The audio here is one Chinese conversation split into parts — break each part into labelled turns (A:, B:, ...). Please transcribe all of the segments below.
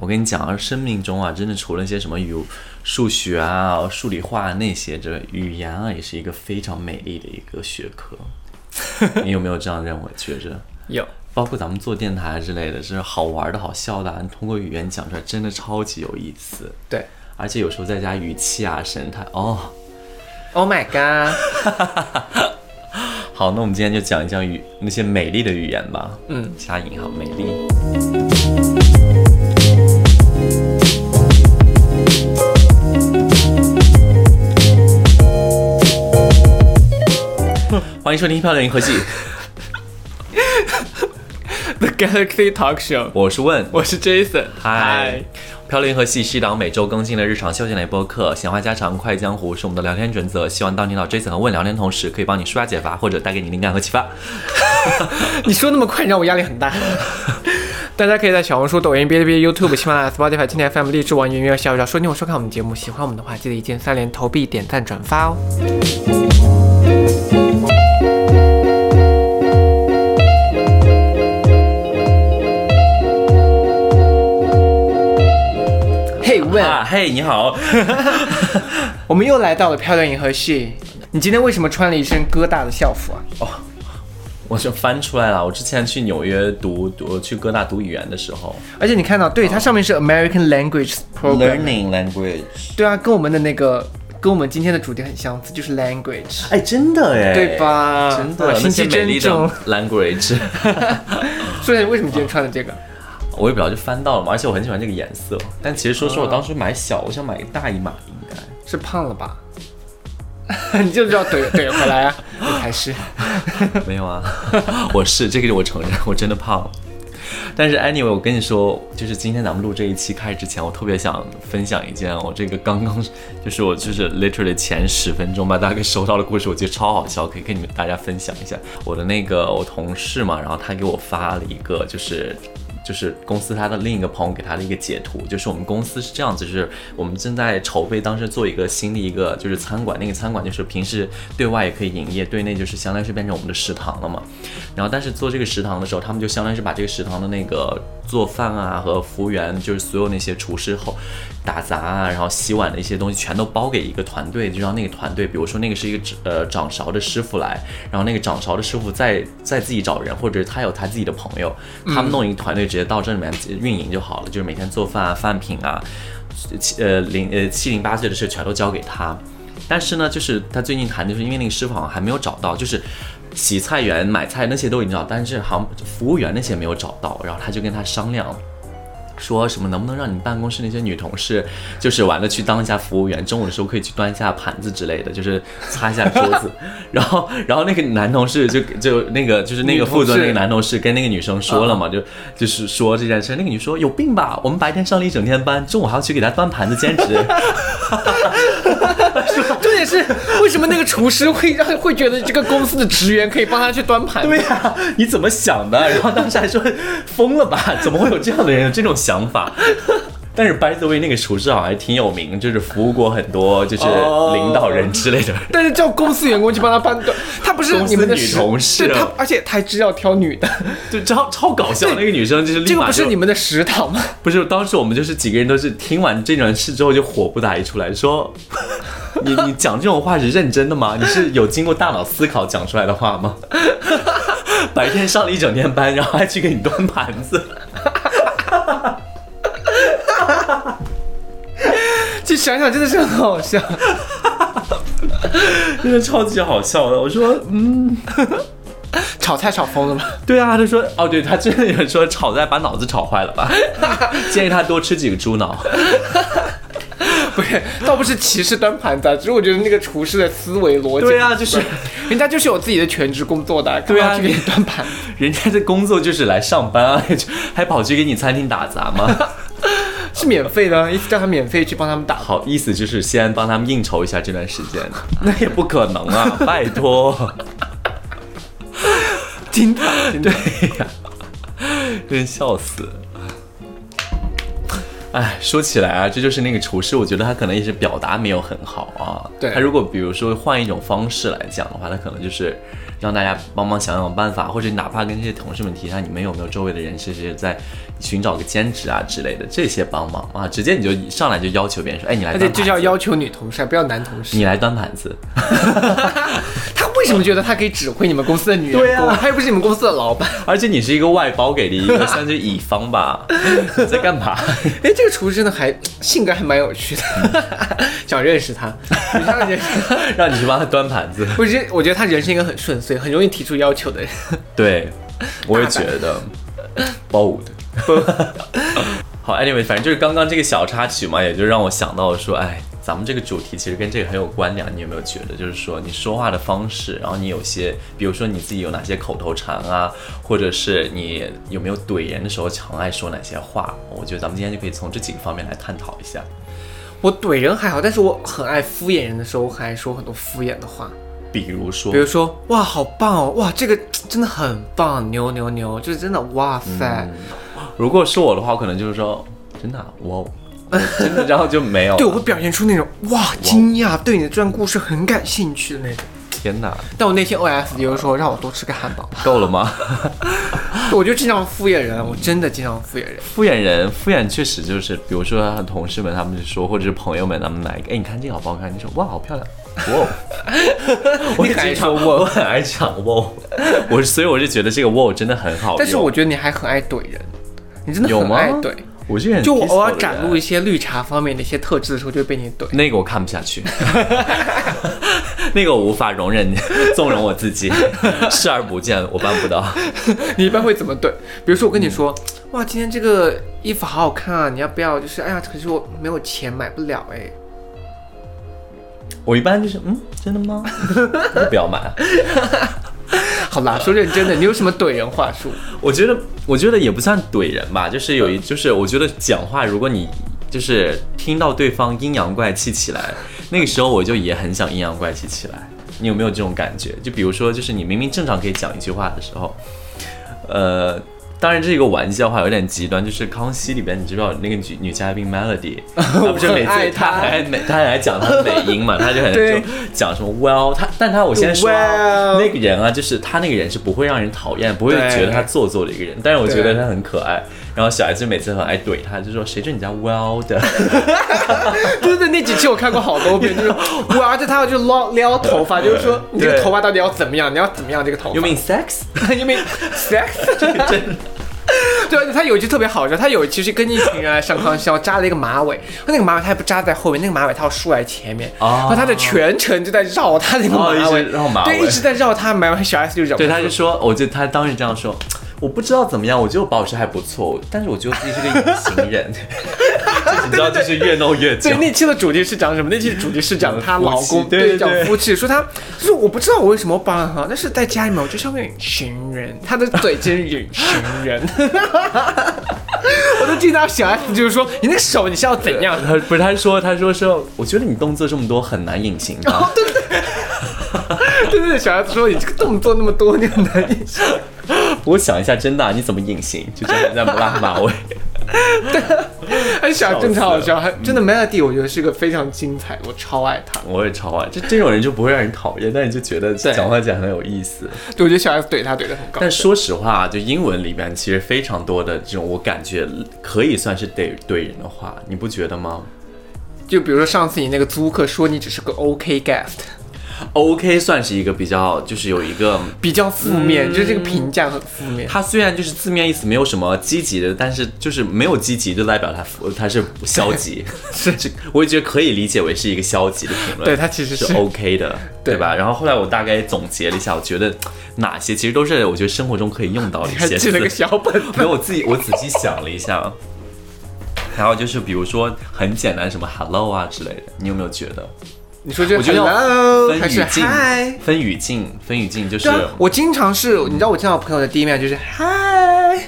A: 我跟你讲啊，生命中啊，真的除了一些什么语数学啊、数理化、啊、那些，这语言啊也是一个非常美丽的一个学科。你有没有这样认为？觉着
B: 有，
A: 包括咱们做电台之类的，这是好玩的好笑的、啊，你通过语言讲出来，真的超级有意思。
B: 对，
A: 而且有时候再加语气啊、神态，哦，
B: ，Oh my god，
A: 好，那我们今天就讲一讲语那些美丽的语言吧。
B: 嗯，
A: 加引号美丽。 欢迎收听《漂流银河系》，
B: The Galaxy Talk Show，
A: 我是问，
B: 我是 Jason，
A: 嗨，《漂流银河系》是一档每周更新的日常休闲类播客，闲话家常、快意江湖是我们的聊天准则。希望当听到 Jason 和问聊天同时，可以帮你舒压解乏，或者带给你灵感和启发。
B: 嗨你说那么快，你让我压力很大。 大家可以在小红书、抖音、哔哩哔哩、YouTube、喜马拉雅、Spotify、蜻蜓 FM、荔枝、网易云音乐、小宇宙收听我收看我们节目。喜欢我们的话，记得一键三连、投币、点赞、转发哦。嘿，问，
A: 啊，嘿，你好，
B: 我们又来到了漂亮银河系。你今天为什么穿了一身疙瘩的校服啊？
A: 我就翻出来了。我之前去纽约读读我去哥大读语言的时候
B: 而且你看到，对，它上面是 American Language Program，
A: language，
B: 对啊，跟我们的那个，跟我们今天的主题很相似，就是 language，
A: 哎，真的哎，
B: 对？吧？
A: 真的，
B: 心
A: 那些
B: 机
A: 美
B: 真
A: 丽的
B: 重。
A: language，
B: 所以为什么今天穿的这个？
A: 我也不知道就翻到了嘛。而且我很喜欢这个颜色，但其实说实话，我当时买小，我想买一个大一码，应该。
B: 是胖了吧？你就知道怼怼回来啊！你还是
A: 没有啊， 我是这个我承认，我真的胖了。但是 anyway，我跟你说，就是今天咱们录这一期开始之前，我特别想分享一件我这个刚刚就是我就是 literally 前十分钟吧，大概收到的故事，我觉得超好笑，可以跟你们大家分享一下。我的那个我同事嘛，然后他给我发了一个就是。就是公司他的另一个朋友给他的一个截图，就是我们公司是这样子，就是我们正在筹备，当时做一个新的一个就是餐馆，那个餐馆就是平时对外也可以营业，对内就是相当于是变成我们的食堂了嘛。然后但是做这个食堂的时候，他们就相当于是把这个食堂的那个做饭啊和服务员，就是所有那些厨师后打杂啊，然后洗碗的一些东西全都包给一个团队，就让那个团队，比如说那个是一个呃掌勺的师傅来，然后那个掌勺的师傅再再自己找人，或者他有他自己的朋友，他们弄一个团队直接到这里面运营就好了，就是每天做饭啊、饭品啊，七呃零呃七零八碎的事全都交给他。但是呢，就是他最近谈，就是因为那个师傅好像还没有找到，就是洗菜员、买菜那些都已经找到，但是好像服务员那些没有找到，然后他就跟他商量。说什么能不能让你们办公室那些女同事，就是完了去当一下服务员，中午的时候可以去端一下盘子之类的，就是擦一下桌 子。然后，然后那个男同事就就那个就是那个
B: 女同
A: 负
B: 事
A: 责那个男同事跟那个女生说了嘛，就就是说这件事，那个女说有病吧，我们白天上了一整天班，中午还要去给她端盘子兼职。
B: 重点是为什么那个厨师会让会觉得这个公司的职员可以帮他去端盘？
A: 对，呀、你怎么想的？然后当时还说疯了吧？怎么会有这样的人有这种想法？ 但是 by the way，那个厨师好像还挺有名，就是服务过很多就是
B: 哦
A: 领导人之类的。
B: 但是叫公司员工去帮他搬端，他不是
A: 公司
B: 你们的
A: 女
B: 时
A: 同事啊
B: 对他而且他还知道挑女的，
A: 就超超搞笑，那个女生就是立
B: 这个
A: 马
B: 不是
A: 就
B: 你们的食堂吗？
A: 不是，当时我们就是几个人都是听完这件事之后就火不打一处来，说你你讲这种话是认真的吗？你是有经过大脑思考讲出来的话吗？ 白天上了一整天班，然后还去给你端盘子，
B: 就想想真的是很好 笑。
A: 真的超级好笑的。我说，嗯，
B: 炒菜炒疯了吧？
A: 对啊，他说，哦，对他真的有说炒菜把脑子炒坏了吧？ 建议他多吃几个猪脑。
B: 不是，倒不是歧视端盘子，啊，只是我觉得那个厨师的思维逻辑，
A: 对啊，就是
B: 人家就是有自己的全职工作的啊，
A: 对啊
B: 干嘛去给你端盘子。
A: 人家的工作就是来上班啊， 还跑去给你餐厅打杂吗？
B: 是免费的，一直叫他免费去帮他 们打。
A: 好意思就是先帮他们应酬一下这段时 间，那也不可能啊，拜托，
B: 金塔，金塔，
A: 真笑死。哎，说起来啊，这就是那个厨师，我觉得他可能也是表达没有很好啊。
B: 对
A: 他如果比如说换一种方式来讲的话，他可能就是让大家帮忙想想办法，或者哪怕跟这些同事们提一下，你们有没有周围的人是是在寻找个兼职啊之类的这些帮忙啊，直接你就上来就要求别人说，哎，你来
B: 而
A: 端
B: 且
A: 盘
B: 这
A: 子，
B: 叫要求女同事，不要男同事。
A: 你来端盘子，
B: 他为什么觉得他可以指挥你们公司的女员工？
A: 对啊
B: 他又不是你们公司的 老板。
A: 而且你是一个外包给的一个算是乙方吧，你在干嘛？
B: 哎，这个厨师真的还性格还蛮有趣的， 想认识他。我觉得他 人
A: 让你去帮他端盘子？
B: 我觉得我觉得他人是一个很顺遂、很容易提出要求的人。
A: 对，我也觉得，包五的。好，anyway，反正就是刚刚这个小插曲嘛，也就让我想到说，哎，咱们这个主题其实跟这个很有关联。你有没有觉得，就是说你说话的方式，然后你有些，比如说你自己有哪些口头禅啊，或者是你有没有怼人的时候常爱说哪些话？我觉得咱们今天就可以从这几个方面来探讨一下。
B: 我怼人还好，但是我很爱敷衍人的时候，我很爱说很多敷衍的话，
A: 比如说，
B: 比如说哇，好棒哦，哇，这个真的很棒，牛牛牛，就是真的哇塞。
A: 嗯如果是我的话，我可能就是说，真的啊、哇 哦，真的，然后就没有了。
B: 对我会表现出那种哇惊讶，对你的这段故事很感兴趣的那种。
A: 天哪，
B: 但我内心 OS 就是说让我多吃个汉堡吧。
A: 够了吗？
B: 我就经常敷衍人，我真的经常敷衍人。
A: 敷衍人，敷衍确实就是，比如说他同事们他们就说，或者是朋友们他们来，哎，你看这个好不好看？你说哇，好漂亮，哇 哦！我
B: 你
A: 也
B: 很爱
A: 经常我我很爱讲哇哦，我是所以我是觉得这个哇哦真的很好用，
B: 但是我觉得你还很爱怼人，你真的
A: 有
B: 很
A: 吗
B: 爱怼。
A: 我是很
B: 就我偶尔
A: peaceful 的
B: 展
A: 人
B: 露一些绿茶方面的一些特质的时候，就会被你怼。
A: 那个我看不下去， 那个我无法容忍，纵容我自己，视而不见，我办不到。
B: 你一般会怎么怼？比如说我跟你说，哇，今天这个衣服好好看啊，你要不要？就是哎呀，可是我没有钱买不了哎。
A: 我一般就是嗯，真的吗？ 那不要买啊。
B: 好啦，说认真的，你有什么怼人话术？
A: 我觉得，我觉得也不算怼人吧，就是有
B: 嗯
A: 一，就是我觉得讲话，如果你就是听到对方阴阳怪气起来，那个时候我就也很想阴阳怪气起来。你有没有这种感觉？就比如说，就是你明明正常可以讲一句话的时候，呃，当然这个玩笑话有点极端，就是《康熙》里边你知道那个女女嘉宾 Melody，她不是每
B: 爱
A: 次她
B: 她
A: 还美，她还讲她美 音嘛，她就很
B: 对
A: 就讲什么 well，她但她我先说啊
B: Well
A: 那个人啊，就是她那个人是不会让人讨厌，不会
B: 对
A: 觉得她做作的一个人，但是我觉
B: 对
A: 得她很可爱。然后小孩子每次很爱怼她，就说谁知你家 well 的，
B: 对对，对，那几期我看过好多遍，就是我儿子他要去撩撩头发，就是说你这个
A: 对
B: 头发到底要怎么样？你要怎么样这个头发
A: you mean sex？
B: 因为 sex，对，而且他有一句特别好笑，他有一期是跟一群人来上康熙，扎了一个马尾，他那个马尾他还不扎在后面，那个马尾他要梳在前面，
A: 哦
B: 然后他的全程就在绕他那个
A: 哦
B: 马
A: 一
B: 尾，
A: 直绕马尾
B: 对，一直在绕他马尾，小 S 就忍不
A: 对，
B: 住
A: 他就说，我就他当时这样说，我不知道怎么样，我觉得我保持还不错，但是我觉得我自己是个隐形人，就是你知道，就是越弄越久
B: 对，。那期的主题是讲什么？那期的主题是讲她老
A: 夫
B: 公
A: 妻对对
B: 讲
A: 对
B: 夫妻，说她就是我不知道我为什么帮了她，但是在家里面我就像个隐形人，她的嘴真是隐形人。 我都记得小 S 就是说你那个手你是要怎样？
A: 他不是，他说，他说是，我觉得你动作这么多很难隐形啊吧？
B: 对对对，小 S 说你这个动作那么多，你很难隐形。
A: 我想一下，真的啊、你怎么隐形？就这样在拉马尾。
B: 哎，小 S 真的
A: 笑死
B: 好
A: 了
B: 好笑，还真的 Melody 我觉得是个非常精彩，我超爱她。
A: 我也超爱，就这种人就不会让人讨厌，但你就觉得
B: 对
A: 讲话起来很有意思。
B: 对，我觉得小 S 怼她怼的很高。
A: 但说实话，就英文里面其实非常多的这种，我感觉可以算是怼怼人的话，你不觉得吗
B: 就比如说上次你那个租客说你只是个 OK guest，
A: ？OK，算是一个比较，就是有一个
B: 比较负
A: 嗯
B: 面，就是这个评价很负面。
A: 它虽然就是字面意思没有什么积极的，但是就是没有积极就代表它负它是消极， 是这我也觉得可以理解为是一个消极的评论。
B: 对它其实是
A: 是哦 OK 的，
B: 对
A: 对吧？然后后来我大概总结了一下，我觉得哪些其实都是我觉得生活中可以用到的一
B: 还
A: 些
B: 记
A: 词。
B: 了个小本
A: 没有，我自己我仔细想了一下。还有就是，比如说很简单，什么 hello 啊之类的，你有没有觉得？
B: 你说这
A: 我觉得
B: hello
A: 分
B: 哦还是
A: 语境
B: hi？，
A: 分语境，分语境就是
B: 对啊，我经常是，你知道我见到我朋友的第一面就是 hi，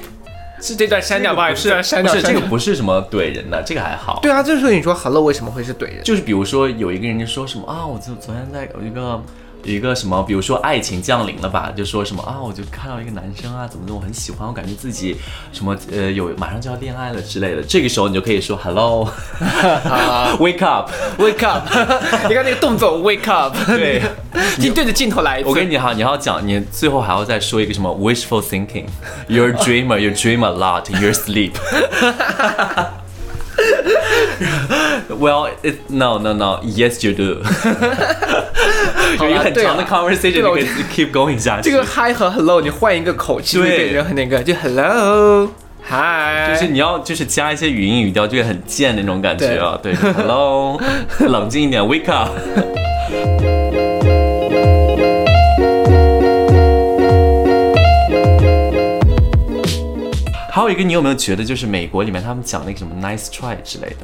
B: 是这段删掉吧？
A: 不是
B: 删
A: 不
B: 掉，
A: 是这个不是什么怼人的，这个还好。
B: 对啊，这时候你说 hello 为什么会是怼人？
A: 就是比如说有一个人就说什么啊，我昨昨天在有一个一个什么，比如说爱情降临了吧，就说什么啊，我就看到一个男生啊，怎么怎么我很喜欢，我感觉自己什么呃有马上就要恋爱了之类的，这个时候你就可以说 hello，wake up，
B: Wake up！你看那个动作，Wake up！
A: 对，
B: 你对着镜头来一次。
A: 我跟你哈，你还要讲，你最后还要再说一个什么 wishful thinking，you're a dreamer，you dream a lot，you sleep 。Well, it, no, no, no. Yes, you do.
B: 好
A: 有
B: 了
A: 一个很
B: 对
A: 长的
B: 了
A: conversation，
B: 对了
A: 就可以 keep going 下去。
B: 这个 Hi 和 Hello，你换一个口气，
A: 对
B: 会给人很那个，就 Hello。嗨，
A: 就是你要就是加一些语音语调，就会很贱的那种感觉啊。对 h e l l o 冷静一点，wake up。还有一个，你有没有觉得就是美国里面他们讲那个什么 nice try 之类的？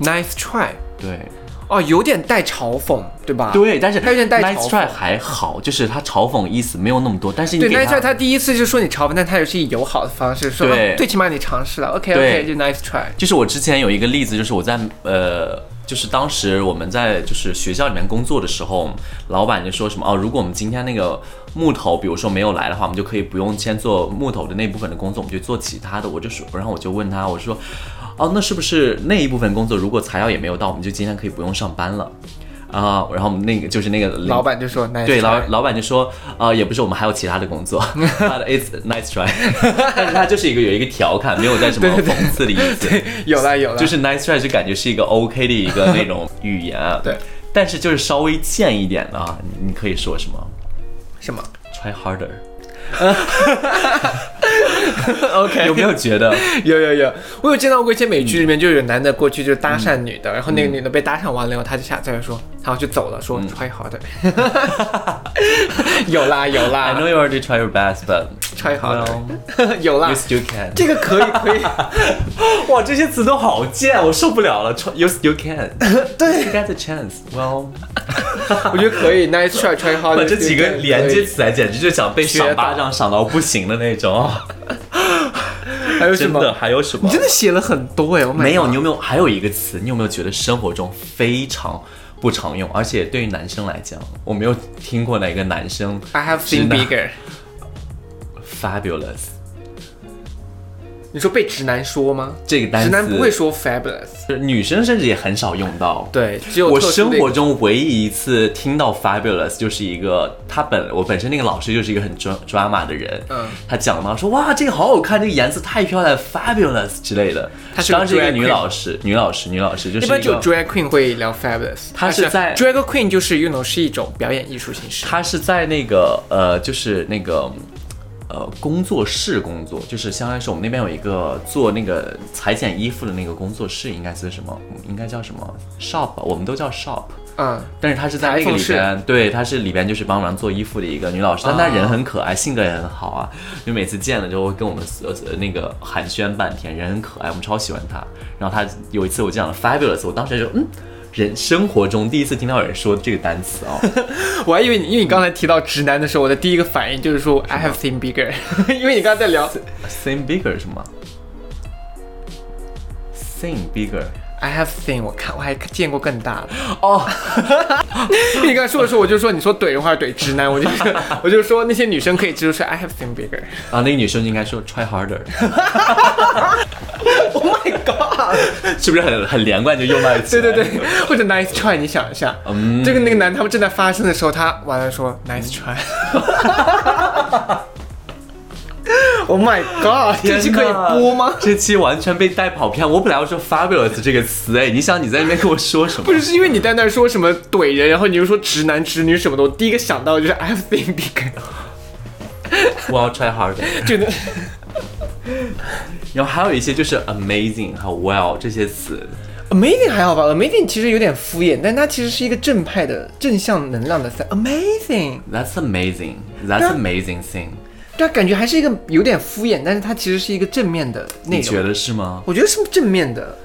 B: nice try，
A: 对
B: 哦，有点带嘲讽，对吧？
A: 对，但是
B: 他有点带嘲讽
A: nice try 还好，就是他嘲讽意思没有那么多，但是你
B: 对
A: 给
B: nice
A: 他
B: try，他第一次就说你嘲讽，但他也是以友好的方式说，
A: 对
B: 啊最起码你尝试了，OK
A: 对
B: OK，就 nice try。
A: 就是我之前有一个例子，就是我在呃，就是当时我们在就是学校里面工作的时候，老板就说什么哦，如果我们今天那个木头比如说没有来的话，我们就可以不用先做木头的那部分的工作，我们就做其他的。我就说，然后我就问他，我说哦，那是不是那一部分工作如果材料也没有到，我们就今天可以不用上班了啊、然后我们那个就是那个领
B: 老。板就说 nice，
A: 对，老
B: try
A: 老板就说，呃，也不是，我们还有其他的工作 ，but it's nice try，但是他就是一个有一个调侃，没有在什么讽刺的意思。
B: 有了有了，
A: 就是 nice try 就感觉是一个 OK 的一个那种语言 啊。
B: 对，
A: 但是就是稍微贱一点的啊，你你可以说什么
B: 什么
A: try harder，
B: ？OK，
A: 有没有觉得？
B: 有有有，我有见到过一些美剧里面，就有男的过去就搭讪女
A: 嗯
B: 的，然后那个女的被搭讪完了以后，他就下再就说，然后就走了，
A: 嗯
B: 说 try harder。有啦有
A: I
B: 啦
A: know you already try your best, but
B: ，try harder，
A: well,
B: 有啦
A: you，still can。
B: 这个可以可以，
A: 哇，这些词都好贱，我受不了了。Try- You still can. 对，get a chance. Well，
B: 我觉得可以，nice try try
A: 把
B: harder。
A: 这几个连接，起来，简直就想被
B: 学到
A: 赏巴掌赏到不行的那种。啊
B: 还有什
A: 真
B: 么？
A: 的，还有什么
B: 你？真的写了很多哎，我
A: 没有，你有没有？还有一个词，你有没有觉得生活中非常不常用，而且对于男生来讲，我没有听过哪个男生
B: ，I have
A: 直
B: seen
A: 男
B: bigger。
A: fabulous
B: 你说被直男说吗？
A: 这个单词，
B: 直男不会，说 fabulous，
A: 女生甚至也很少用到。
B: 对，只有
A: 我
B: 特殊
A: 生
B: 的
A: 活中唯一一次听到 fabulous 就是一个他本我本身那个老师就是一个很抓抓马的人，
B: 嗯
A: 他讲到说哇这个好好看，这个颜色太漂亮了，fabulous 之类的。
B: 她是个
A: 当时一个
B: drag
A: 女
B: queen
A: 老师，女老师，女老师就是
B: 一
A: 一个
B: 般只有 drag queen 会聊 fabulous，
A: 他是在
B: drag queen 就是 you know 是一种表演艺术形式。
A: 他是在那个呃，就是那个呃工作室工作，就是相当于是我们那边有一个做那个裁剪衣服的那个工作室，应该是什么？应该叫什么 shop？吧我们都叫 shop。
B: 嗯，
A: 但是她是在那个
B: 裁缝
A: 里
B: 室
A: 边，对，她是里边就是帮忙做衣服的一个女老师，但她
B: 啊
A: 人很可爱，性格也很好啊。就每次见了之后会跟我们呃呃那个寒暄半天，人很可爱，我们超喜欢她。然后她有一次我讲了 fabulous，我当时就嗯，人生活中第一次听到有人说这个单词哦。
B: 我还以为你，因为你刚才提到直男的时候，我的第一个反应就是说 I have seen bigger，因 为你刚才在聊
A: Same bigger 是吗？Same bigger
B: I have seen，我看我还见过更大的。
A: 哦，
B: 因为你刚才说的时候，我就说你说怼人或者怼直男，我就是 我就说那些女生可以直接说 I have seen bigger。
A: 啊，那个女生应该说 try harder，
B: Oh my god！
A: 是不是很很连贯就用到一起？
B: 对对，对， 或者 nice try，你想一下，
A: 嗯
B: 这个那个男他们正在发生的时候，他完了说 nice try。Oh my god！这期可以播吗？
A: 这期完全被带跑偏。我本来要说 fabulous 这个词，哎，你想你在那边跟我说什么？
B: 不是，是因为你在那儿说什么怼人，然后你又说直男直女什么的，我第一个想到的就是 I've been bigger，
A: 我要 try harder。
B: 觉得
A: 然后还有一些就是 amazing 和 well 这些词，
B: amazing 还好吧，amazing 其实有点敷衍，但它其实是一个正派的正向能量的三 amazing，
A: That's amazing. That's amazing thing.
B: 但感觉还是一个有点敷衍，但是它其实是一个正面的内
A: 你
B: 容。
A: 觉得是吗？
B: 我觉得是正面的，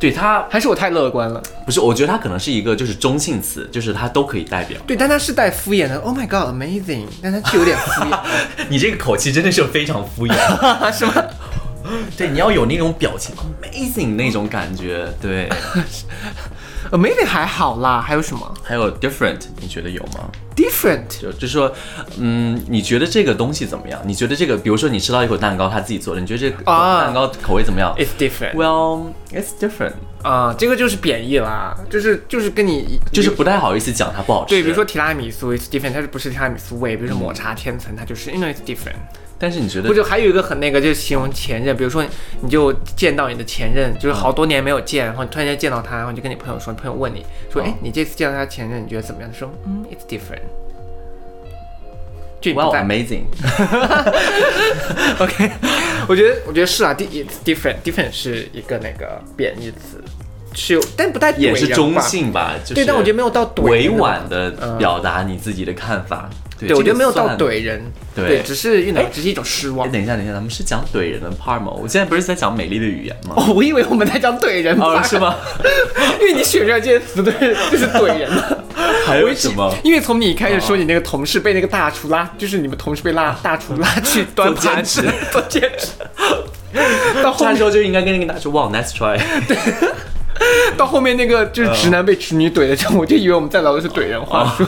A: 对它
B: 还是我太乐观了？
A: 不是，我觉得它可能是一个就是中性词，就是它都可以代表。
B: 对，但它是带敷衍的。Oh my god，amazing，但它是有点敷衍，
A: 你这个口气真的是非常敷衍。
B: 是吗？
A: 对，你要有那种表情，amazing 那种感觉，对，
B: Amazing 还好啦，还有什么
A: 还有 different，你觉得有吗？
B: Different？
A: 就就是说，嗯，你觉得这个东西怎么样？你觉得这个，比如说你吃到一口蛋糕，他自己做的，你觉得这个
B: 啊
A: 蛋糕口味怎么样、
B: It's different
A: w e l l it's different，
B: 啊、这个就是贬义啦，就是就是跟你
A: 就是不太好意思讲它不好吃。
B: 对，比如说，提拉米苏 it's different，它是不是提拉米苏味？比如说抹茶千层，它就是因为 it's different。
A: 但是你觉得
B: 或者还有一个很那个，就是形容前任，比如说你就见到你的前任，就是好多年没有见，然后你突然间见到他，然后你就跟你朋友说，你朋友问你说，
A: 嗯
B: 哎、你这次见到他前任，你觉得怎么样？他说，嗯，it's different。就你不嗯
A: well
B: 在
A: amazing，
B: OK，我觉得我觉得是啊，di-，it's different different 是一个那个贬义词，是有，但不带怼
A: 也是
B: 人
A: 中
B: 吧。
A: 性吧？就是
B: 对但我觉得没有到怼
A: 委
B: 人
A: 婉的表达你自己的看法。对
B: 对，我觉得没有到。
A: 这个算
B: 怼人，
A: 对
B: 只是一种，只是一种失望
A: 哎，。等一下，等一下，咱们是讲怼人的 part 吗？我现在不是在讲美丽的语言 吗？
B: 哦，我以为我们在讲怼人
A: 哦，是？吗？
B: 因为你选这些词，对，就是怼人 嘛。
A: 还
B: 我
A: 有
B: 一直
A: 什 么？
B: 哎因为哦从你开始说，你那个同事被那个大厨拉，就是你们同事被拉大厨拉去端
A: 做兼
B: 盘子、 做兼职， 到后
A: 这
B: 面
A: 时候就应该跟那个大叔 wow nice try。
B: 到后面那个就是直男被直女怼的时候，我就以为我们在聊的是怼人话术。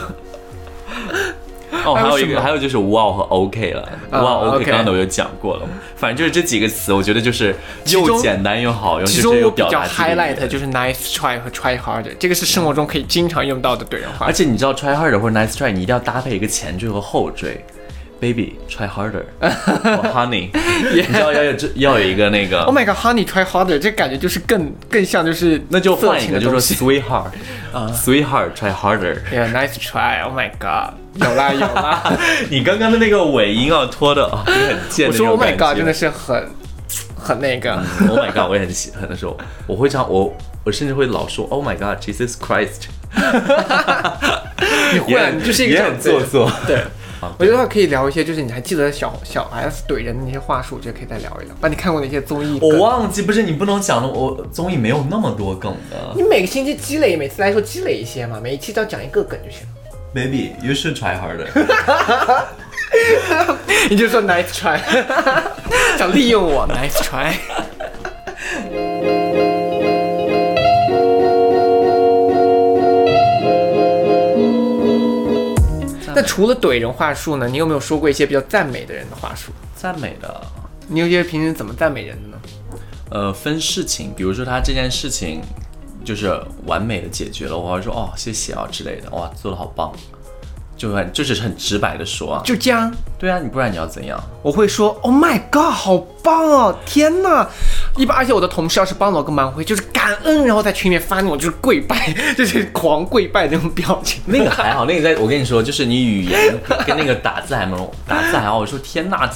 A: 哦，还有一
B: 还有什
A: 个，
B: 么
A: 还有就是 wow 和 OK 了
B: 啊
A: ，wow OK
B: OK
A: 刚刚我有讲过了，反正就是这几个词，我觉得就是又
B: 中
A: 简单又好用，就
B: 其
A: 是
B: 中
A: 又
B: 我比
A: 表
B: 较
A: 达自己的意
B: highlight
A: 见。
B: 就是 nice try 和 try hard，这个是生活中可以经常用到的怼人话
A: 而。且你知道 try harder 或者 nice try，你一定要搭配一个前缀和后缀。Baby try harder，或 honey，你知道要有这要有一个那个
B: Oh，my god，honey try harder，这感觉就是更更像就是
A: 那就换一
B: 色情
A: 个，
B: 的
A: 就说
B: 东西
A: sweetheart，啊，sweetheart try harder。
B: Yeah, nice try. Oh my god，有啦有啦。
A: 你刚刚的那个尾音啊，拖的啊，你很贱的
B: 我
A: 那种
B: 说 Oh my
A: 感觉。
B: god，真的是很很那个。
A: Oh my god，我也很喜很的时候，我会这样，我我甚至会老说 Oh my god，Jesus Christ，
B: 你会啊，你就是一个
A: 也
B: 这样
A: 很
B: 子
A: 做
B: 的人。
A: 作。
B: 对
A: 啊，
B: 我觉得可以聊一些，就是你还记得小小 S 怼人的那些话术，我觉得可以再聊一聊。把你看过的一些综艺梗，
A: 我忘记，不是你不能讲的，我综艺没有那么多梗的。
B: 你每个星期积累，每次来说积累一些嘛，每一期只要讲一个梗就行了。
A: Baby，you should try harder。
B: 你就说 nice try，想利用我 nice try。那除了怼人话术呢？你有没有说过一些比较赞美的人的话术？
A: 赞美的，
B: 你有觉得平时怎么赞美人的呢？
A: 呃，分事情，比如说他这件事情就是完美的解决了，我会说哦谢谢啊之类的，哇做的好棒，就很就只是很直白的说啊。
B: 就这样，
A: 对啊，你不然你要怎样？
B: 我会说 Oh my God，好棒哦！天哪！一般而且我的同事要是帮了我个忙，我会就是感恩，然后在群里面发那种就是跪拜， 就是狂跪拜那种表情。
A: 那个还 好，那个在我跟你说，就是你语言跟那个打字还没有打字还好。我说天呐，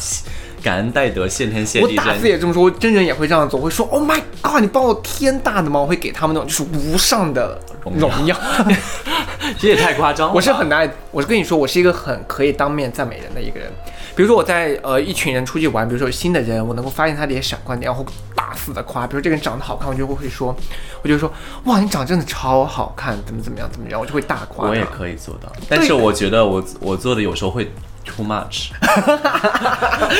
A: 感恩戴德，谢天谢
B: 我
A: 地，
B: 打字
A: 真
B: 也这么说，我真人也会这样做，我会说 Oh my God，你帮我天大的忙，我会给他们那种就是无上的荣 耀。
A: 这也太夸张了吧。
B: 我是很难，我是跟你说，我是一个很可以当面赞美人的一个人。比如说我在呃一群人出去玩，比如说有新的人，我能够发现他的一些闪光点，然后大肆的夸。比如这个人长得好看，我就会说，我就说哇，你长得真的超好看，怎么怎么样怎么样，我就会大夸他。
A: 我也可以做到，但是我觉得我我做的有时候会 too much，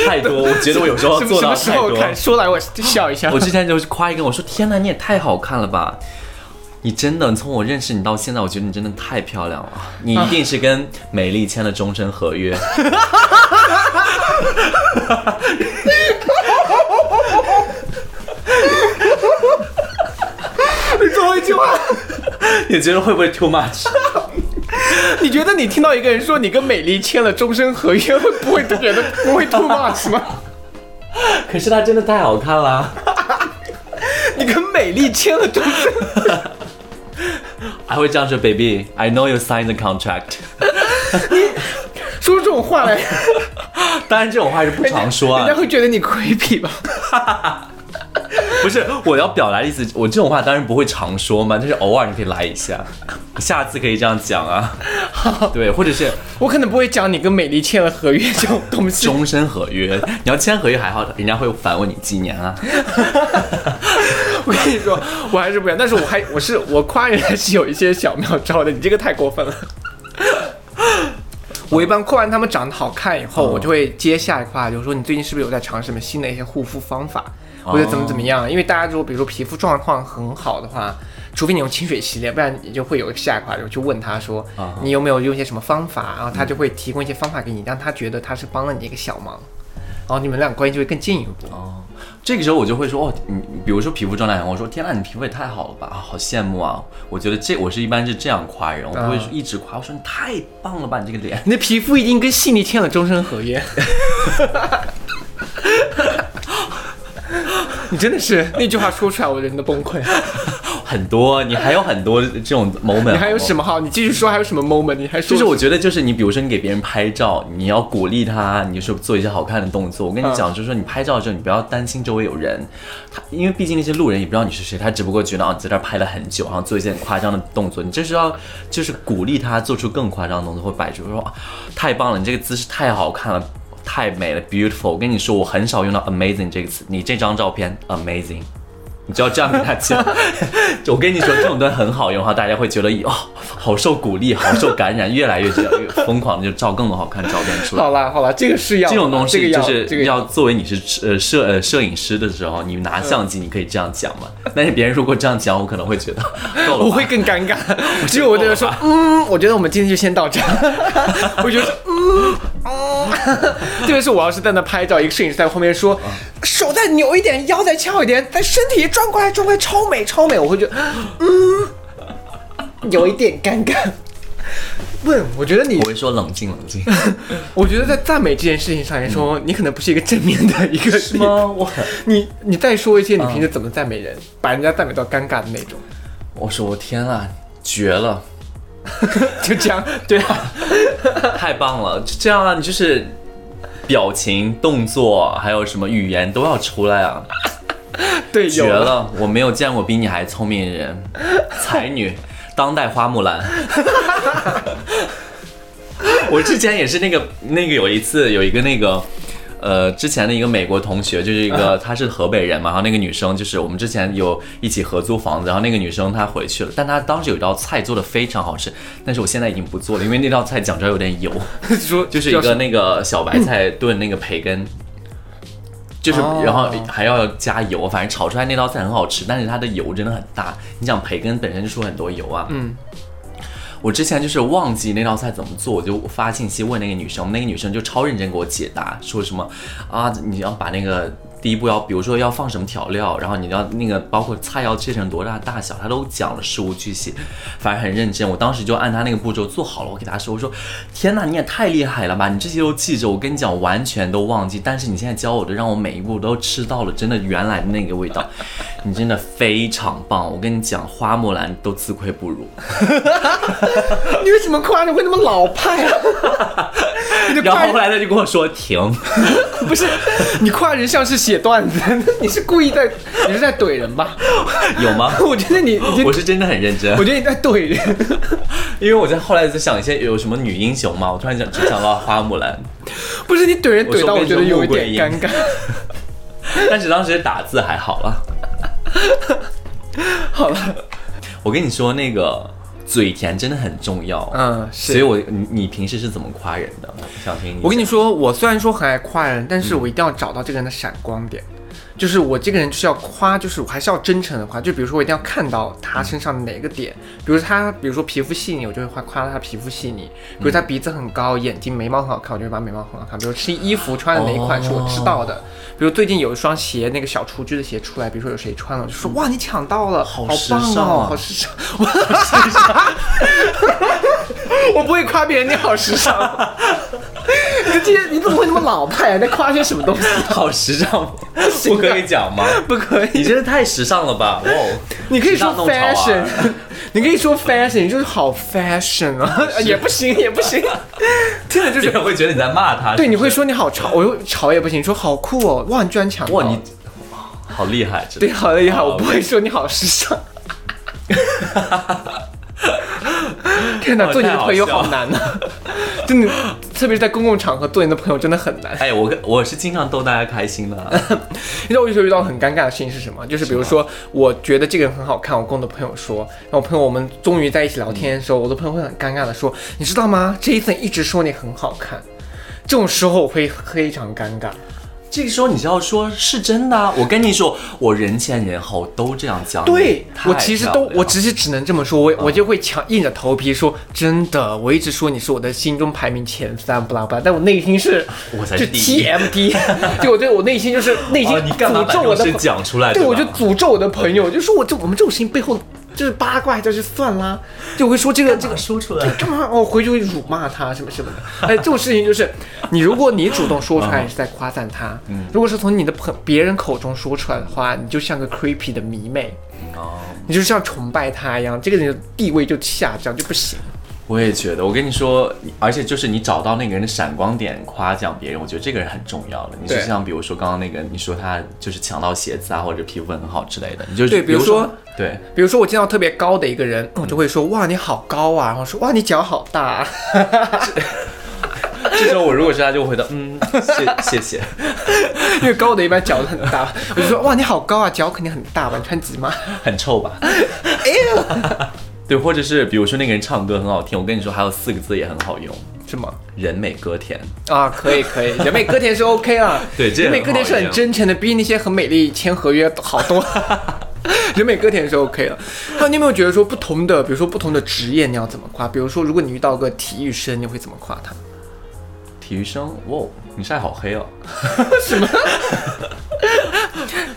A: 太多。我觉得我有时候
B: 什么
A: 做
B: 什
A: 到
B: 么时
A: 太
B: 候
A: 多。
B: 看？说来我笑一下。
A: 我之前就是夸一个，我说天呐，你也太好看了吧！你真的从我认识你到现在，我觉得你真的太漂亮了，你一定是跟美丽签了终身合 约。
B: 你最后一句话，
A: 你觉得会不会 too much？
B: 你觉得你听到一个人说你跟美丽签了终身合约，会不会觉得不会 too much 吗？
A: 可是她真的太好看了。
B: 你跟美丽签了终身，
A: 还会这样说，baby。I know you signed the contract。
B: 说出这种话来，
A: 当然，这种话是不常说
B: 人
A: 啊
B: 家。会觉得你creepy 吧？
A: 不是，我要表达的意思，我这种话当然不会常说嘛，但是偶尔你可以来一下，下次可以这样讲啊。 对，或者是
B: 我可能不会讲你跟美丽签了合约这种东西。
A: 终身合约， 你要签合约还好，人家会反问你几年啊。
B: 我跟你说，我还是不一样，但是我还我是我夸人还是有一些小妙招的。你这个太过分了。 我一般夸完他们长得好看以后，我就会接下来夸，就是说你最近是不是有在尝试什么新的一些护肤方法，或者怎么怎么样？因为大家如果比如说皮肤状况很好的话，除非你用清水洗脸，不然你就会有下一块，我就问他说
A: 啊
B: 你有没有用一些什么方法，然后他就会提供一些方法给你，让他觉得他是帮了你一个小忙，然后你们俩关系就会更进一步。
A: 哦，这个时候我就会说，哦，你你比如说皮肤状态很好，我说天呐，你皮肤也太好了吧，啊，好羡慕啊！我觉得这我是一般是这样夸人，我不会
B: 啊
A: 一直夸，我说你太棒了吧，你这个脸。
B: 你的皮肤已经跟悉尼签了终身合约， 你真的是那句话说出来，我人都崩溃了。
A: 很多，你还有很多这种 moment。 哦
B: 你还有什
A: 么？
B: 么好？你继续说，还有什么 moment？你还说
A: 就是我觉得，就是你，比如说你给别人拍照，你要鼓励他，你就是做一些好看的动作。我跟你
B: 啊
A: 讲，就是说你拍照的时候，你不要担心周围有人，他因为毕竟那些路人也不知道你是谁，他只不过觉得啊你在这儿拍了很久，然后做一些很夸张的动作。你这是要就是鼓励他做出更夸张的动作，或摆出说啊太棒了，你这个姿势太好看了，太美了，beautiful。我跟你说，我很少用到 amazing 这个词，你这张照片 amazing。你就要这样跟他 讲。我跟你说，这种东西很好用哈，大家会觉得哦，好受鼓励，好受感染，越来越这样，越疯狂的就照更多好看照片出来。
B: 好啦好啦，这个是要
A: 哦这种东
B: 这个
A: 西
B: 要
A: 就是
B: 这个
A: 要作为你是呃摄呃摄影师的时候，你拿相机你可以这样讲嘛。但是别人如果这样讲，我可能会 觉得够了吧。
B: 我会更 尴尬，只有我就说，嗯，我觉得我们今天就先到这儿。 我觉得，嗯，嗯 特别是我要是在那拍照，一个摄影师在后面说，
A: 嗯
B: 手再扭一点，腰再翘一点，但身体转过来转过来，超美超美，我会觉得，嗯，有一点尴尬。问，我觉得你
A: 我，会说冷静冷静。
B: 我觉得在赞美这件事情上来说，你可能不是一个正面的一个
A: 嗯是吗？嗯我很
B: 你你再说一些你平时怎么赞美人，把人家赞美到尴尬的那种，
A: 我说我天啊，绝了，
B: 就这样，对啊，
A: 太棒了，就这样啊，你就是表情、动作还有什么语言都要出来啊。
B: 对，
A: 绝
B: 有了。
A: 了！我没有见过比你还聪明的人，才女，当代花木兰。 我之前也是那个那个有一次有一个那个。呃，之前的一个美国同学，就是一 个她是河北人嘛，然后那个女生就是我们之前有一起合租房子，然后那个女生她回去了，但她当时有一道菜做的非常好吃，但是我现在已经不做了，因为那道菜讲出来有点油。
B: 说
A: 就是一个那个小白菜炖那个培根，就是
B: 哦
A: 然后还要加油，反正炒出来那道菜很好吃，但是它的油真的很大。你想培根本身就出很多油啊，
B: 嗯。
A: 我之前就是忘记那道菜怎么做，我就发信息问那个女生，那个女生就超认真给我解答，说什么啊，你要把那个第一步要，比如说要放什么调料，然后你要那个包括菜要切成多大大小，她都讲了事无巨细，反正很认真。我当时就按她那个步骤做好了，我给她说，我说天哪，你也太厉害了吧，你这些都记着，我跟你讲，我完全都忘记，但是你现在教我的，让我每一步都吃到了真的原来的那个味道，你真的非常棒，我跟你讲，花木兰都自愧不如。
B: 你为什么夸人会那么老派 啊？你的
A: 然
B: 夸
A: 后后来
B: 人
A: 他就跟我说停，
B: 不是你夸人像是写段子， 你是故意在你是在怼人吧？
A: 有吗？
B: 我觉得你已经
A: 我，是真的很认真
B: 我，觉得你在怼人。
A: 因为我在后来在想一些有什么女英雄嘛，我突然想只想到花木兰，
B: 不是你怼人怼到我觉得有一
A: 我
B: 点
A: 说
B: 尴尬。
A: 但是当时打字还好啊了。
B: 好了，
A: 我跟你说，那个嘴甜真的很重要，
B: 嗯，
A: 所以
B: 是。
A: 我你你平时是怎么夸人的？我想听你。
B: 我跟你说，我虽然说很爱夸人，但是我一定要找到这个人的闪光点。就是我这个人就是要夸，就是我还是要真诚的夸。就比如说，我一定要看到他身上的哪个点，比如他，比如说皮肤细腻，我就会夸夸他皮肤细腻；比如他鼻子很高，眼睛眉毛很好看，我就会把眉毛很好看。比如吃衣服穿的哪一款是我知道的，比如最近有一双鞋，那个小雏菊的鞋出来，比如说有谁穿了，我就说哇你抢到了，好
A: 好时
B: 棒
A: 尚
B: 哦
A: 啊，
B: 好时尚， 我好时尚。我不会夸别人你好时尚， 你这你怎么会那么老派啊？你在夸些什么东西？
A: 好时 尚，
B: 行
A: 我
B: 啊
A: 可以讲吗？
B: 不可以
A: 你。真的太时尚了吧！哇哦，
B: 你可以
A: 时
B: 说
A: 尚弄潮啊儿
B: fashion，你可 以说 fashion，就是好 fashion 啊， 也不行，也不行，听着就
A: 别
B: 是
A: 人会觉得你在骂他。
B: 对，你
A: 是不
B: 会
A: 是
B: 说你好潮，我又潮也不行，你说好酷哦，哇，你居然抢到，
A: 哇你好厉害，真的
B: 哦对，好了也好，我
A: 哦
B: 不会说你好时尚。 天哪，
A: 哦
B: 做你的朋友
A: 太好
B: 好
A: 笑
B: 难啊！真的，特别是在公共场合做你的朋友真的很难。
A: 哎，我跟我是经常逗大家开心的 啊。
B: 你知道我有时候遇到很尴尬的事情是什么？就是比如说，我觉得这个人很好看，我跟我的朋友说，然后我朋友我们终于在一起聊天的
A: 嗯
B: 时候，我的朋友会很尴尬的说：“你知道吗？Jason 一直说你很好看。”这种时候我会非常尴尬，
A: 这个时候你就要说是真的、啊。我跟你说，我人前人后都这样讲你。
B: 对
A: 太
B: 我其实
A: 漂
B: 都
A: 亮，嗯
B: 我
A: 了
B: 只是只能这么说，我我就会强硬着头皮说真的，我一直说你是我的心中排名前三，不拉不拉，但我内心是
A: 我才
B: 就是
A: 第一
B: TMD，就我对我内心就是内心
A: 啊你干嘛
B: 诅咒
A: 把
B: 我
A: 这
B: 的
A: 事讲出来？
B: 对，
A: 吧
B: 我就诅咒我的朋友，我就说我这我们这种事情背后就是八卦，就是算啦，就我会说这个这个
A: 说出来。
B: 干嘛？哦，回去会辱骂他什么什么的。哎，这种事情就是，你如果你主动说
A: 嗯
B: 出来，你是在夸赞他；如果是从你的朋别人口中说出来的话，你就像个 creepy 的迷妹，
A: 哦，
B: 你就像崇拜他一样，这个人的地位就下降，就不行。
A: 我也觉得。我跟你说，你而且就是你找到那个人的闪光点，夸奖别人，我觉得这个人很重要的。你就
B: 对
A: 像比如说刚刚那个，你说他就是抢到鞋子啊，或者皮肤很好之类的，你就
B: 对比如说
A: 对，
B: 比如说我见到特别高的一个人，
A: 嗯
B: 我就会说哇你好高啊，然后说哇你脚好大、啊，
A: 这时候我如果是他，就会回答嗯，谢谢谢。
B: 因为高的一般脚都很大，我就说哇你好高啊，脚肯定很大吧，你穿几码？
A: 很臭吧？ 对，或者是比如说那个人唱歌很好听，我跟你说还有四个字也很好用，
B: 是吗？
A: 人美歌甜。
B: 啊，可以可以，人美歌甜是 OK 啊。
A: 对这也
B: 人美
A: 很
B: 歌甜
A: 好
B: 是
A: 一
B: 很
A: 样
B: 真诚的，比那些很美丽签合约好多。 人美歌甜是 OK 了。还有你有没有觉得说不同的，比如说不同的职业你要怎么夸？比如说如果你遇到个体育生，你会怎么夸他？
A: 体育生，哇，你晒好 黑哦！什么？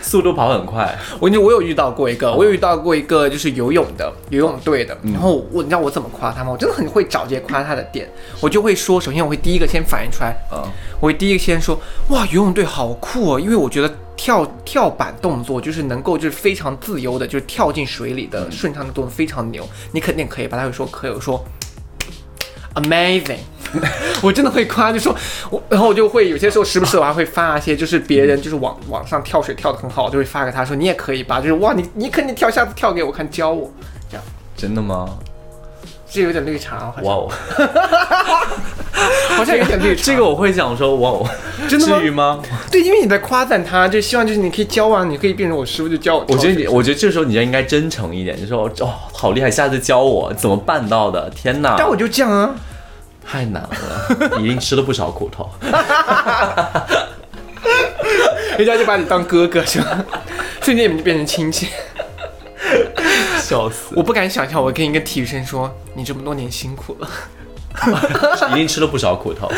A: 速度跑很快，
B: 我跟你我有遇到过一个，我有遇到过一个就是游泳的游泳队的，然后我你知道我怎么夸他吗？我真的很会找这些夸他的点，我就会说，首先我会第一个先反应出来，
A: 嗯，
B: 我会第一个先说，哇，游泳队好酷哦！因为我觉得跳跳板动作就是能够就是非常自由的，就是跳进水里
A: 嗯
B: 的顺畅的动作非常牛，你肯定可以吧？他会说可以，我说 amazing。我 真的会夸，就说我，然后我就会有些时候时不时我还会发一些，就是别人就是往往上跳水跳得很好，就会发给他说你也可以吧，就是哇你你肯定跳，下次跳给我看教我，这样
A: 真的吗？
B: 这有点绿茶哦，好
A: 哇
B: 像
A: 哦，
B: 好像有点绿茶，
A: 这个我会想说哇哦，
B: 真的吗
A: 至于吗？
B: 对，因为你在夸赞他，就希望就是你可以教啊，你可以变成我师傅就教我跳水。
A: 我觉得你，我觉得这时候你就应该真诚一点，就说哦，好厉害，下次教我怎么办到的？天哪，
B: 但我就这样啊，
A: 太难了，你一定吃了不少苦 头。
B: 人家就把你当哥哥是吧？ 瞬间你们就变成亲戚。
A: 笑死！
B: 我不敢想象，我跟一个体育生说你这么多年辛苦了，
A: 一定吃了不少苦头。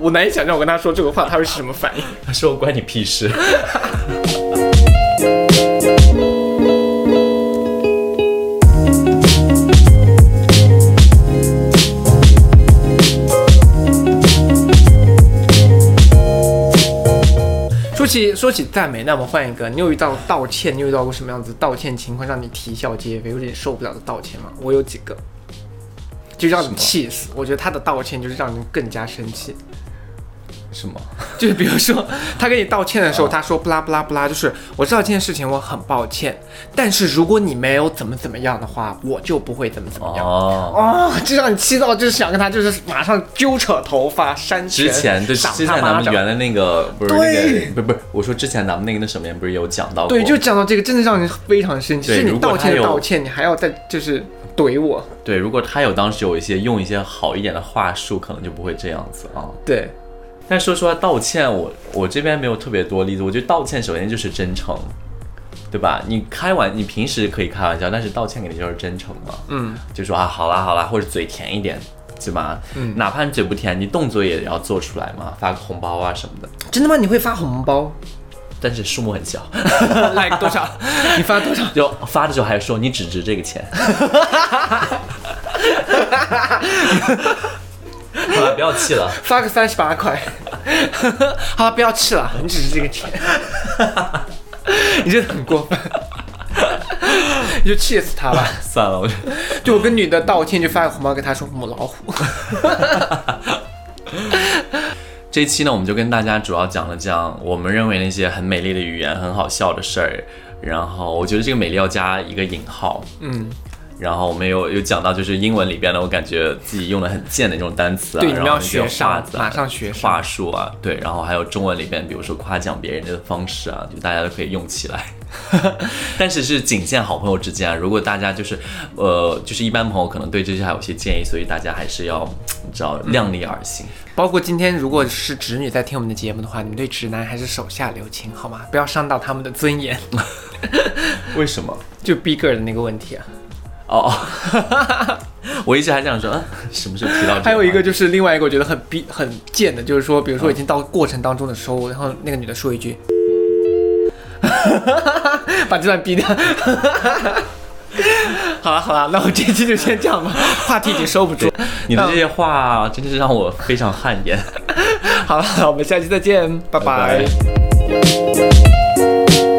B: 我难以想象我跟他说这个话他会是什么反应。
A: 他说关你屁事。
B: 说起说起赞美，那我们换一个，你有遇到道歉，你有遇到过什么样子道歉情况让你啼笑皆非，有点受不了的道歉吗？我有几个。就让你气死，我觉得他的道歉就是让人更加生气。
A: 什 么？
B: 就是比如说，他跟你道歉的时候，他说不啦不啦不啦，就是我知道这件事情我很抱歉，但是如果你没有怎么怎么样的话，我就不会怎么怎么样。
A: 哦，
B: 哦，就让你气到，就是想跟他，就是马上揪扯头发、扇拳
A: 之前对，
B: 赏
A: 之前
B: 他
A: 咱
B: 巴
A: 们
B: 掌。
A: 原来那个不是
B: 对
A: 那个，不是不是，我说之前咱们那个那什么也不是有讲到过，
B: 对，就讲到这个，真的让人非常生气。
A: 对
B: 是你
A: 如果
B: 道
A: 他
B: 歉的
A: 有
B: 道歉，你还要再就是怼我。
A: 对如果他有当时有一些用一些好一点的话术，可能就不会这样子啊。
B: 对，
A: 但说实话，道歉我我这边没有特别多例子，我觉得道歉首先就是真诚。对吧？你开玩，你平时可以开玩笑，但是道歉肯定就是真诚嘛。
B: 嗯，
A: 就说啊，好啦好啦，或者嘴甜一点，对吧？嗯，哪怕你嘴不甜，你动作也要做出来嘛，发个红包啊什么的。
B: 真的吗？你会发 红包
A: 但是数目很小，
B: ？like 多少？你发多少？
A: 就发的时候还说你只值这个 钱。好了，不要气了。
B: 发个三十八块。 好了，不要气了，你只是这个钱， 你真的很过分， 你就气死他吧。
A: 算了，我觉得
B: 就我跟女的道歉，就发个红包给她说母老 虎。
A: 这期呢，我们就跟大家主要讲了讲我们认为那些很美丽的语言、很好笑的事儿。然后我觉得这个美丽要加一个引号。
B: 嗯，
A: 然后我们有有讲到就是英文里边呢，我感觉自己用的很贱的那种单词啊，
B: 对，你们
A: 然
B: 要
A: 后一些
B: 学
A: 话
B: 上，
A: 子啊
B: 马上学上。
A: 话术啊，对，然后还有中文里边，比如说夸奖别人的方式啊，就大家都可以用起来， 但是是仅限好朋友之间啊。如果大家就是，呃，就是一般朋友可能对这些还有些建议，所以大家还是要你知道，量力而行。
B: 包括今天如果是直女在听我们的节目的话，你们对直男还是手下留情好吗？不要伤到他们的尊 严。
A: 为什么？
B: 就逼格的那个问题啊。
A: 哦， 我一直还想说，啊什么时候提到这？
B: 还有一个，就是另外一个我觉得很逼很贱的，就是说，比如说已经到过程当中的时候，然后那个女的说一句， 把这段逼掉。 好了好了，那我这期就先这样吧，话题已经收不住。
A: 你的这些话啊真的是让我非常汗颜。
B: 好了，我们下期再见，拜
A: 拜
B: 拜
A: 拜